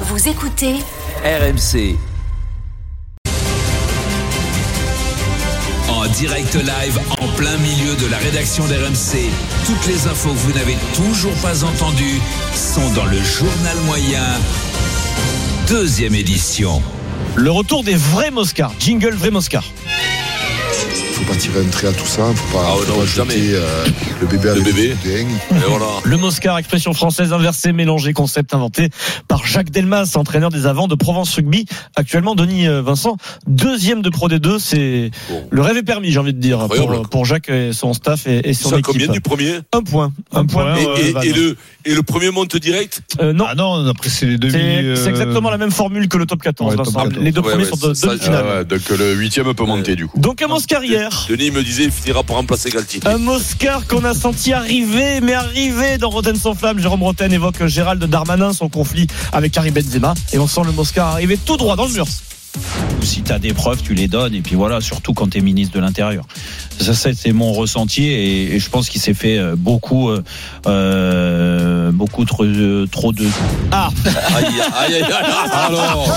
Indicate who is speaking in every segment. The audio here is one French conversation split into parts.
Speaker 1: Vous écoutez
Speaker 2: RMC. En direct live, en plein milieu de la rédaction d'RMC, toutes les infos que vous n'avez toujours pas entendues sont dans le journal moyen, deuxième édition.
Speaker 3: Le retour des vrais Moscars. Jingle vrai Moscar.
Speaker 4: faut pas tirer un trait à tout ça, faut pas,
Speaker 5: Ah,
Speaker 4: faut
Speaker 5: non,
Speaker 4: pas
Speaker 5: jamais.
Speaker 4: jeter euh, le bébé avec
Speaker 5: bébé.
Speaker 4: le boudin.
Speaker 5: Et voilà.
Speaker 3: Le Moscar, expression française inversée, mélangée, concept inventé par Jacques Delmas, entraîneur des avants de Provence Rugby. Actuellement, Denis euh, Vincent, deuxième de Pro D2, c'est
Speaker 5: Bon.
Speaker 3: le rêve est permis, j'ai envie de dire,
Speaker 5: Incroyable.
Speaker 3: pour, pour Jacques et son staff et, et son
Speaker 5: Ça,
Speaker 3: équipe.
Speaker 5: combien du premier
Speaker 3: Un point. Un, point.
Speaker 5: et,
Speaker 3: euh,
Speaker 5: et-
Speaker 3: Van.
Speaker 5: et le, et le premier monte direct
Speaker 3: Euh, non.
Speaker 6: Ah non, après c'est les demi.
Speaker 3: C'est c'est
Speaker 6: euh,
Speaker 3: exactement la même formule que le top 14.
Speaker 6: ouais, top
Speaker 3: Vincent.
Speaker 6: 14.
Speaker 3: Les deux
Speaker 5: Ouais,
Speaker 3: premiers
Speaker 5: ouais,
Speaker 3: sont de,
Speaker 5: ça,
Speaker 3: de
Speaker 5: ça,
Speaker 3: finale.
Speaker 7: Ah ouais, donc le huitième peut monter du coup.
Speaker 3: Donc un Moscar hier. Hum.
Speaker 5: Denis me disait il finira par remplacer Galtier.
Speaker 3: Un Moscar qu'on a senti arriver, mais arriver dans Rotten sans flamme. Jérôme Rotten évoque Gérald Darmanin, son conflit avec Karim Benzema. Et on sent le Moscar arriver tout droit dans le mur.
Speaker 8: si tu as des preuves, tu les donnes. Et puis voilà, surtout quand tu es ministre de l'Intérieur. Ça, ça, c'est mon ressenti. Et, et je pense qu'il s'est fait euh, beaucoup, euh, euh, beaucoup trop, euh, trop de.
Speaker 5: Aïe, aïe, aïe, aïe.
Speaker 7: Alors,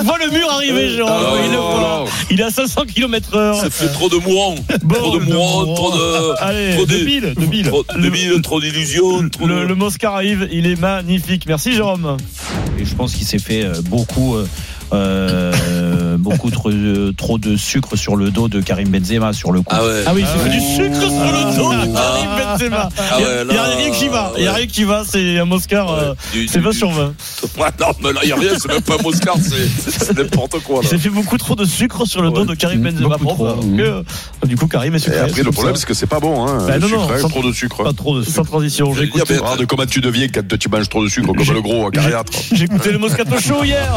Speaker 3: Il voit le mur arriver, Jérôme.
Speaker 5: Ah
Speaker 7: alors,
Speaker 3: il, le voit.
Speaker 7: alors.
Speaker 3: Il est à 500 km heure.
Speaker 5: Ça fait trop de mourants.
Speaker 3: Bon,
Speaker 5: trop de
Speaker 3: le
Speaker 5: mourants, trop de.
Speaker 3: Allez,
Speaker 5: trop de-
Speaker 3: 2000, 2000.
Speaker 5: Trop de mille, trop d'illusions. Trop
Speaker 3: Le,
Speaker 5: de-
Speaker 3: le Moscar arrive, il est magnifique. Merci Jérôme.
Speaker 8: Et je pense qu'il s'est fait euh, beaucoup. euh, euh, beaucoup trop, euh, trop de sucre sur le dos de Karim Benzema sur le coup.
Speaker 5: Ah ouais.
Speaker 3: Ah oui, c'est du sucre sur le dos de
Speaker 5: Ah.
Speaker 3: Karim Benzema.
Speaker 5: Ah ouais,
Speaker 3: Il n'y a
Speaker 5: là,
Speaker 3: rien qui va. Il n'y a
Speaker 5: ouais.
Speaker 3: rien qui va. C'est un Moscar. euh,
Speaker 5: Ah Ouais, du-
Speaker 3: C'est hein.
Speaker 5: du-
Speaker 3: 20
Speaker 5: du-
Speaker 3: sur 20.
Speaker 5: Ouais, non, mais là, il n'y a rien, c'est même pas un Moscar, c'est c'est n'importe quoi.
Speaker 3: Il
Speaker 5: Là.
Speaker 3: s'est fait beaucoup trop de sucre sur le dos
Speaker 5: Ouais.
Speaker 3: de Karim
Speaker 6: Mmh,
Speaker 3: Benzema.
Speaker 6: beaucoup
Speaker 3: Bon,
Speaker 6: trop,
Speaker 3: parce que, euh, du coup, Karim est
Speaker 7: Et
Speaker 3: sucré.
Speaker 7: après le
Speaker 3: c'est
Speaker 7: problème
Speaker 3: ça.
Speaker 7: c'est que c'est pas bon hein.
Speaker 3: Bah
Speaker 7: le
Speaker 3: non,
Speaker 7: sucre,
Speaker 3: non,
Speaker 7: hein,
Speaker 3: sans-
Speaker 7: trop de sucre.
Speaker 3: Pas trop de
Speaker 7: sucre.
Speaker 3: sans transition.
Speaker 5: Je veux
Speaker 3: J'écoute.
Speaker 5: dire, mais
Speaker 7: Ah, de comment tu deviens quand tu manges trop de sucre comme le gros à carrière.
Speaker 3: J'ai écouté le Moscato Show hier.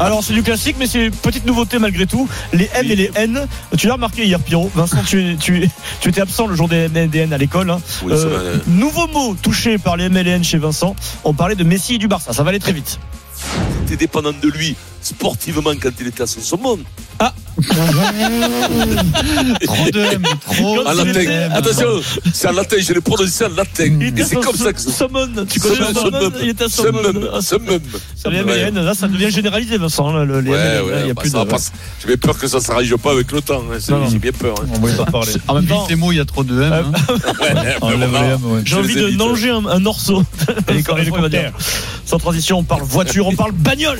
Speaker 3: Alors c'est du classique, mais c'est une petite nouveauté malgré tout. Les M et les N. Tu l'as remarqué hier, Pierrot. Vincent, tu, tu, tu étais absent le jour des M des N à l'école. hein.
Speaker 5: Oui, ça
Speaker 3: Euh, nouveau mot touché par les M et les N chez Vincent. On parlait de Messi et du Barça. Ça va aller très vite.
Speaker 5: va, T'es dépendant de lui sportivement quand il était à son sommet.
Speaker 3: Oh,
Speaker 6: Trop de M, trop
Speaker 5: En
Speaker 3: Quand il
Speaker 6: de
Speaker 3: était-
Speaker 5: latin.
Speaker 6: M.
Speaker 5: Ah, Attention, c'est en latin, je l'ai prononcé en latin.
Speaker 3: Il était
Speaker 5: Et c'est
Speaker 3: à
Speaker 5: comme
Speaker 3: Som-
Speaker 5: ça que ça.
Speaker 3: Sommone. Tu connais
Speaker 5: Sommone,
Speaker 3: Sommone
Speaker 5: Sommone.
Speaker 3: Il était à
Speaker 5: C'est
Speaker 3: Sommone. Ah,
Speaker 5: même.
Speaker 3: Sur les MLN, là, ça devient généralisé, Vincent. là, le- les
Speaker 5: Ouais,
Speaker 3: MLN, là, il
Speaker 5: ouais,
Speaker 3: y a
Speaker 5: bah,
Speaker 3: plus
Speaker 5: ça
Speaker 3: de.
Speaker 5: va pas se- J'avais peur que ça ne s'arrange pas avec le temps. hein, c'est-
Speaker 3: Non, non.
Speaker 5: J'ai bien peur. hein.
Speaker 6: On va pas parler. En même temps, les mots, il y a trop de M. hein.
Speaker 5: Ouais,
Speaker 6: On
Speaker 5: mais
Speaker 6: lève
Speaker 5: bon, ah,
Speaker 6: les M, ah, ouais.
Speaker 3: J'ai
Speaker 5: Je
Speaker 3: envie
Speaker 5: les
Speaker 3: de
Speaker 5: évite,
Speaker 3: manger un, un orceau. C'est
Speaker 6: Hélicoptère.
Speaker 3: ce qu'on va dire. Sans transition, on parle voiture, on parle bagnole.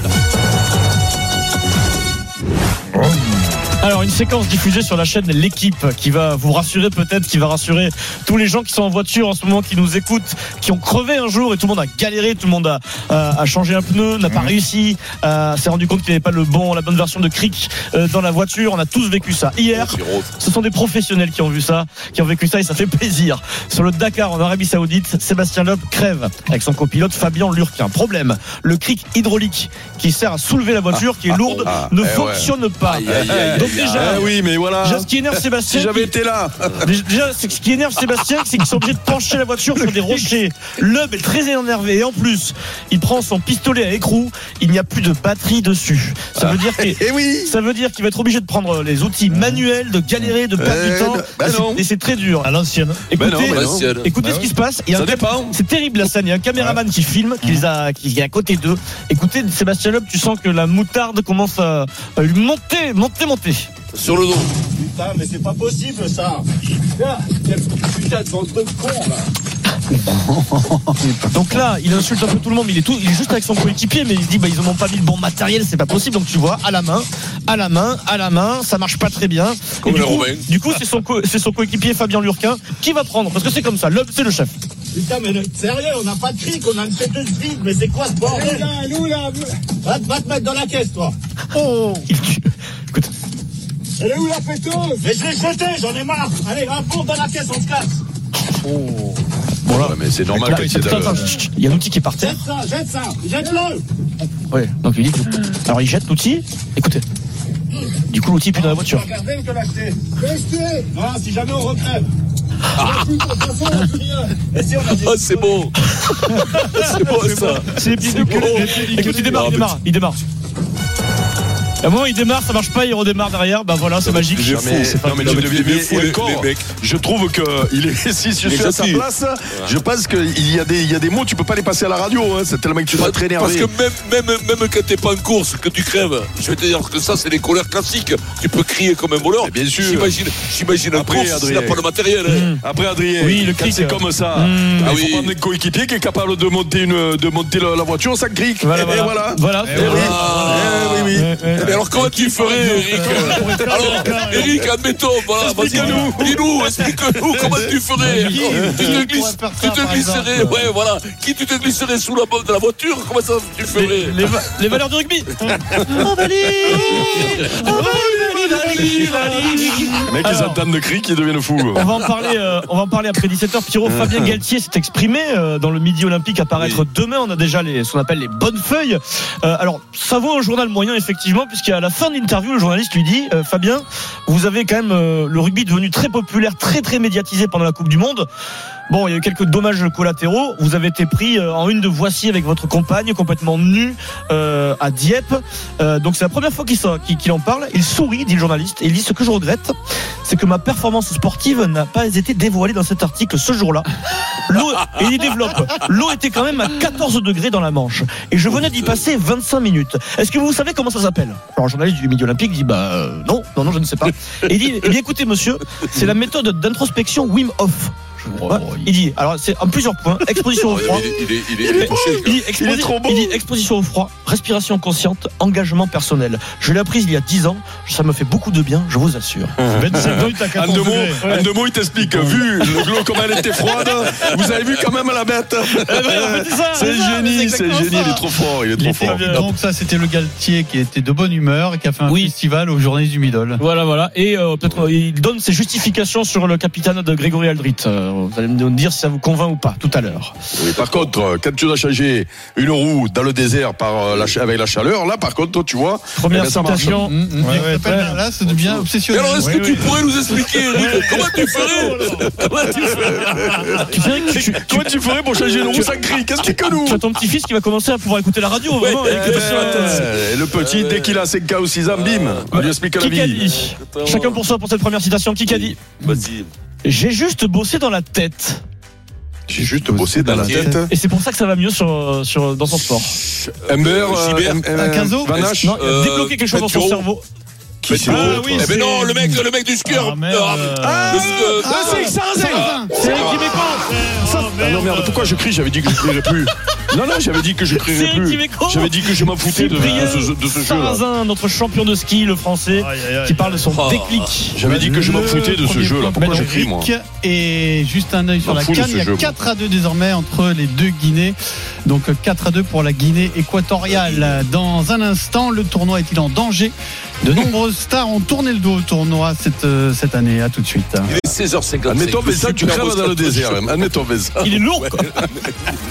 Speaker 3: Alors une séquence diffusée sur la chaîne L'équipe qui va vous rassurer peut-être, qui va rassurer tous les gens qui sont en voiture en ce moment, qui nous écoutent, qui ont crevé un jour et tout le monde a galéré, tout le monde a, euh, a- a changé un pneu, n'a pas réussi, a- s'est rendu compte qu'il n'y avait pas le bon, la bonne version de Cric euh, dans la voiture. On a tous vécu ça hier.
Speaker 7: Oh,
Speaker 5: Pierrot.
Speaker 3: Ce sont des professionnels qui ont vu ça, qui ont vécu ça et ça fait plaisir. Sur le Dakar en Arabie Saoudite, Sébastien Loeb crève avec son copilote Fabian Lurquin. Problème, le cric hydraulique qui sert à soulever la voiture qui est lourde
Speaker 7: ah,
Speaker 3: ne
Speaker 7: eh ouais.
Speaker 3: fonctionne pas.
Speaker 5: Aïe, aïe, aïe,
Speaker 3: Donc
Speaker 5: aïe,
Speaker 3: déjà,
Speaker 7: Eh oui mais voilà.
Speaker 3: déjà, ce qui énerve
Speaker 7: Si
Speaker 3: Sébastien,
Speaker 7: j'avais été là.
Speaker 3: Déjà- Déjà, c'est que ce qui énerve Sébastien, c'est qu'ils sont obligés de pencher la voiture sur des rochers. L'homme est très énervé et en plus, il prend son pistolet à écrou. Il n'y a plus de batterie dessus. Ça veut dire que.
Speaker 7: Eh oui.
Speaker 3: Ça veut dire qu'il va être obligé de prendre euh, les outils manuels, de galérer, de perdre
Speaker 7: Euh,
Speaker 3: du temps.
Speaker 7: Ah. bah
Speaker 3: Et c'est-
Speaker 7: non.
Speaker 3: et c'est très dur. À l'ancienne. Écoutez, euh,
Speaker 7: Bah non, bah non.
Speaker 5: Pascal.
Speaker 3: écoutez ce qui se passe. Il y a un
Speaker 7: Ça
Speaker 3: cap-
Speaker 7: dépend.
Speaker 3: C'est terrible la scène. Il y a un caméraman qui filme, qui, les a, qui est à côté d'eux. Écoutez, Sébastien Loeb, tu sens que la moutarde commence à, à lui monter, monter, monter.
Speaker 5: Sur le dos.
Speaker 9: Putain, mais c'est pas possible ça Putain, quel putain de bande de cons là
Speaker 3: Donc là, il insulte un peu tout le monde, mais il est, tout, il est juste avec son coéquipier, mais il se dit, bah, ils n'ont pas mis le bon matériel, c'est pas possible. Donc tu vois, à la main, à la main, à la main, ça marche pas très bien.
Speaker 5: Comme
Speaker 3: Et du,
Speaker 5: les
Speaker 3: coup,
Speaker 5: Romains.
Speaker 3: du coup, c'est son, co- c'est son coéquipier Fabien Lurquin qui va prendre, parce que c'est comme ça, l'homme, c'est le chef.
Speaker 9: Putain, mais le- sérieux, on n'a pas de cric, on a une têteuse vide, mais c'est quoi ce bordel Eh ben, Nous là, va, va te mettre dans la caisse toi
Speaker 3: Il tue. Écoute,
Speaker 9: Elle est où la pétose Mais je l'ai jetée, j'en ai marre Allez, raconte dans la caisse, on se casse
Speaker 7: Ouais, mais c'est normal
Speaker 3: là,
Speaker 7: quand
Speaker 3: attends,
Speaker 7: c'est
Speaker 3: attends, chut, chut, il y a l'outil qui est par terre.
Speaker 9: Jette ça, jette ça, jette-le
Speaker 3: Ouais. Donc il dit, alors il jette l'outil, écoutez. Du coup, l'outil est plus dans la voiture.
Speaker 9: Regardez ou te l'acheter L'acheter Non, si jamais on recrève Ah, putain, de toute façon, on a rien. Et si on a dit-
Speaker 5: Ah, c'est bon. c'est bon, ça.
Speaker 7: Oh,
Speaker 3: C'est les pieds de
Speaker 5: bon.
Speaker 3: Écoute, il démarre, il démarre, il démarre. À un moment, il démarre, ça marche pas, il redémarre derrière. Bah voilà, c'est magique.
Speaker 7: j'ai fou.
Speaker 3: C'est pas
Speaker 7: Non, mais
Speaker 3: possible.
Speaker 7: tu deviens
Speaker 5: Eh, mais
Speaker 7: fou.
Speaker 5: les-
Speaker 7: Et encore,
Speaker 5: les mecs.
Speaker 7: je trouve que il est si je
Speaker 5: Les
Speaker 7: suis à sa
Speaker 5: gentils.
Speaker 7: place, je pense qu'il y a des il y a des mots tu peux pas les passer à la radio. hein. C'est tellement que tu vas très
Speaker 5: Parce
Speaker 7: énervé.
Speaker 5: que même, même, même quand t'es pas en course, que tu crèves, je vais te dire que ça, c'est les colères classiques. Tu peux crier comme un voleur.
Speaker 7: Mais bien sûr.
Speaker 5: J'imagine, j'imagine en
Speaker 7: Après,
Speaker 5: course, s'il
Speaker 7: Adrien.
Speaker 5: n'a pas le matériel. hein.
Speaker 7: Après Adrien,
Speaker 3: Oui, le
Speaker 7: quand
Speaker 3: clic,
Speaker 7: c'est
Speaker 3: euh.
Speaker 7: comme
Speaker 3: Mmh.
Speaker 7: ça. ah,
Speaker 5: Ah
Speaker 7: il
Speaker 5: oui.
Speaker 7: faut prendre un coéquipier qui est capable de monter une de monter la, la voiture, ça cric.
Speaker 3: Voilà,
Speaker 7: et
Speaker 3: voilà.
Speaker 7: voilà.
Speaker 3: Voilà. Euh,
Speaker 7: Eh oui. Eh oui, oui.
Speaker 3: Ouais, ouais.
Speaker 5: Ah, Mais alors comment tu ferais, Eric Alors, Eric, admettons, voilà, vas-y,
Speaker 7: Explique-nous.
Speaker 5: dis-nous, explique-nous comment tu ferais. Oh,
Speaker 6: Qui-
Speaker 5: Tu
Speaker 6: qui
Speaker 5: te, glisses-
Speaker 6: pourrait faire
Speaker 5: tu
Speaker 6: ça,
Speaker 5: te
Speaker 6: par
Speaker 5: glisserais,
Speaker 6: exemple
Speaker 5: ouais, voilà. Qui tu te glisserais sous la botte de la voiture Comment ça tu ferais
Speaker 3: Les, les va- les valeurs du rugby. Oh,
Speaker 7: Oh, Les mecs, ils
Speaker 3: Alors.
Speaker 7: entendent le cric, ils deviennent fous.
Speaker 3: On va en parler, euh, on va en parler après 17h. Pierrot, Fabien Galtier s'est exprimé euh, dans le Midi Olympique à paraître demain. On a déjà les, ce qu'on appelle les bonnes feuilles. Euh, alors, ça vaut un journal moyen, effectivement, puisqu'à la fin de l'interview, le journaliste lui dit euh, Fabien, vous avez quand même euh, le rugby devenu très populaire, très très médiatisé pendant la Coupe du Monde. Bon, il y a eu quelques dommages collatéraux. Vous avez été pris euh, en une de voici avec votre compagne, complètement nue, euh, à Dieppe. Euh, donc c'est la première fois qu'il s'en- qu'il- qu'il en parle. Il sourit, dit le journaliste, et il dit ce que je regrette, c'est que ma performance sportive n'a pas été dévoilée dans cet article ce jour-là. L'eau, et il y développe. L'eau était quand même à 14 degrés dans la Manche. Et je venais d'y passer 25 minutes. Est-ce que vous savez comment ça s'appelle Alors le journaliste du Midi Olympique dit, bah euh, non, non, non, je ne sais pas. Et il dit, eh bien, écoutez monsieur, c'est la méthode d'introspection Wim Hof. Ouais. Il dit, alors c'est en plusieurs points, exposition au froid.
Speaker 5: il est, il est, il est touché.
Speaker 3: Il dit, exposi-
Speaker 7: Il est trop beau.
Speaker 3: il dit exposition au froid, respiration consciente, engagement personnel. Je l'ai apprise il y a 10 ans, ça me fait beaucoup de bien, je vous assure.
Speaker 6: 27 minutes à
Speaker 7: En
Speaker 6: 14
Speaker 7: deux, mots,
Speaker 6: degrés.
Speaker 7: en deux mots, il t'explique. Vu le glow comme elle était froide, vous avez vu quand même la bête. ben, C'est génie, c'est génie. Il est trop fort, il est trop fort.
Speaker 6: Donc ça c'était le Galtier qui était de bonne humeur et qui a fait un
Speaker 3: Oui.
Speaker 6: festival aux journées du Midol.
Speaker 3: Voilà, voilà. Et euh, peut-être euh, il donne ses justifications sur le capitaine de Grégory Aldrit. Euh, vous allez me dire si ça vous convainc ou pas tout à l'heure.
Speaker 7: Oui, par contre, euh, quand tu dois changer une roue dans le désert par, euh, la ch- avec la chaleur, là, par contre, toi, tu vois,
Speaker 3: Première
Speaker 7: eh ben, ça marche.
Speaker 3: citation.
Speaker 6: Mmh, mmh.
Speaker 3: Ouais,
Speaker 6: Il
Speaker 3: ouais,
Speaker 6: s'appelle-
Speaker 3: ouais.
Speaker 6: Là, ça devient
Speaker 5: Et
Speaker 6: obsessionnel.
Speaker 5: alors, est-ce que tu pourrais nous expliquer, Eric, comment tu
Speaker 6: Oh,
Speaker 5: ferais Comment tu ferais
Speaker 3: Tu sais que tu, tu-
Speaker 7: Comment tu ferais pour changer une roue sans cri Qu'est-ce que tu nous Eh ben,
Speaker 3: tu as ton petit-fils qui va commencer à pouvoir écouter la radio. vraiment,
Speaker 5: Ouais,
Speaker 3: et écouter sur la tête.
Speaker 7: Euh, Ah. Le petit, dès qu'il a 5K ou 6 ans, bim, on lui explique la
Speaker 3: Qui qu'a
Speaker 7: vie.
Speaker 3: dit Chacun pour soi pour cette première citation. Qui qu'a dit
Speaker 5: Vas-y.
Speaker 3: J'ai juste bossé dans la tête.
Speaker 7: J'ai juste bossé dans la tête.
Speaker 3: Et c'est pour ça que ça va mieux sur, sur, dans son sport.
Speaker 7: Ember,
Speaker 5: Gilbert,
Speaker 6: Quinzo
Speaker 7: Euh, Vanache,
Speaker 3: Non, il a
Speaker 5: Euh,
Speaker 3: débloqué quelque chose dans son
Speaker 5: Petro.
Speaker 3: cerveau.
Speaker 7: Petro.
Speaker 6: Ah oui,
Speaker 5: Eh ben
Speaker 6: c'est-
Speaker 5: non, le mec, le mec du skieur.
Speaker 6: Ah, merde.
Speaker 5: euh,
Speaker 6: Ah,
Speaker 5: le sk- euh,
Speaker 6: Ah, c'est Sarrazin
Speaker 3: C'est Eric Dimeco
Speaker 7: Ah non, merde, pourquoi je crie J'avais dit que je crierais plus. Non, non, j'avais dit que je
Speaker 3: C'est
Speaker 7: crierais
Speaker 3: Eric
Speaker 7: plus.
Speaker 3: Dimeco
Speaker 7: J'avais dit que je m'en foutais de, de
Speaker 3: Cyprien
Speaker 7: ce, de ce jeu-là.
Speaker 3: Sarrazin, notre champion de ski, le français, qui parle de son
Speaker 5: Oh.
Speaker 3: déclic.
Speaker 7: J'avais dit que je m'en foutais de ce jeu-là. Pourquoi je crie, moi
Speaker 6: Et juste un œil sur
Speaker 7: M'en
Speaker 6: la
Speaker 7: fous de
Speaker 6: canne.
Speaker 7: ce
Speaker 6: Il y a
Speaker 7: jeu, moi.
Speaker 6: 4 à 2 désormais entre les deux Guinées. Donc 4 à 2 pour la Guinée équatoriale. Dans un instant, le tournoi est-il en danger De nombreuses stars ont tourné le dos au tournoi cette, euh, cette année. À tout de suite.
Speaker 5: Il est 16h55.
Speaker 7: Admettons, Vincent, tu crèves dans le désert. Admettons, Vincent.
Speaker 3: Il est lourd.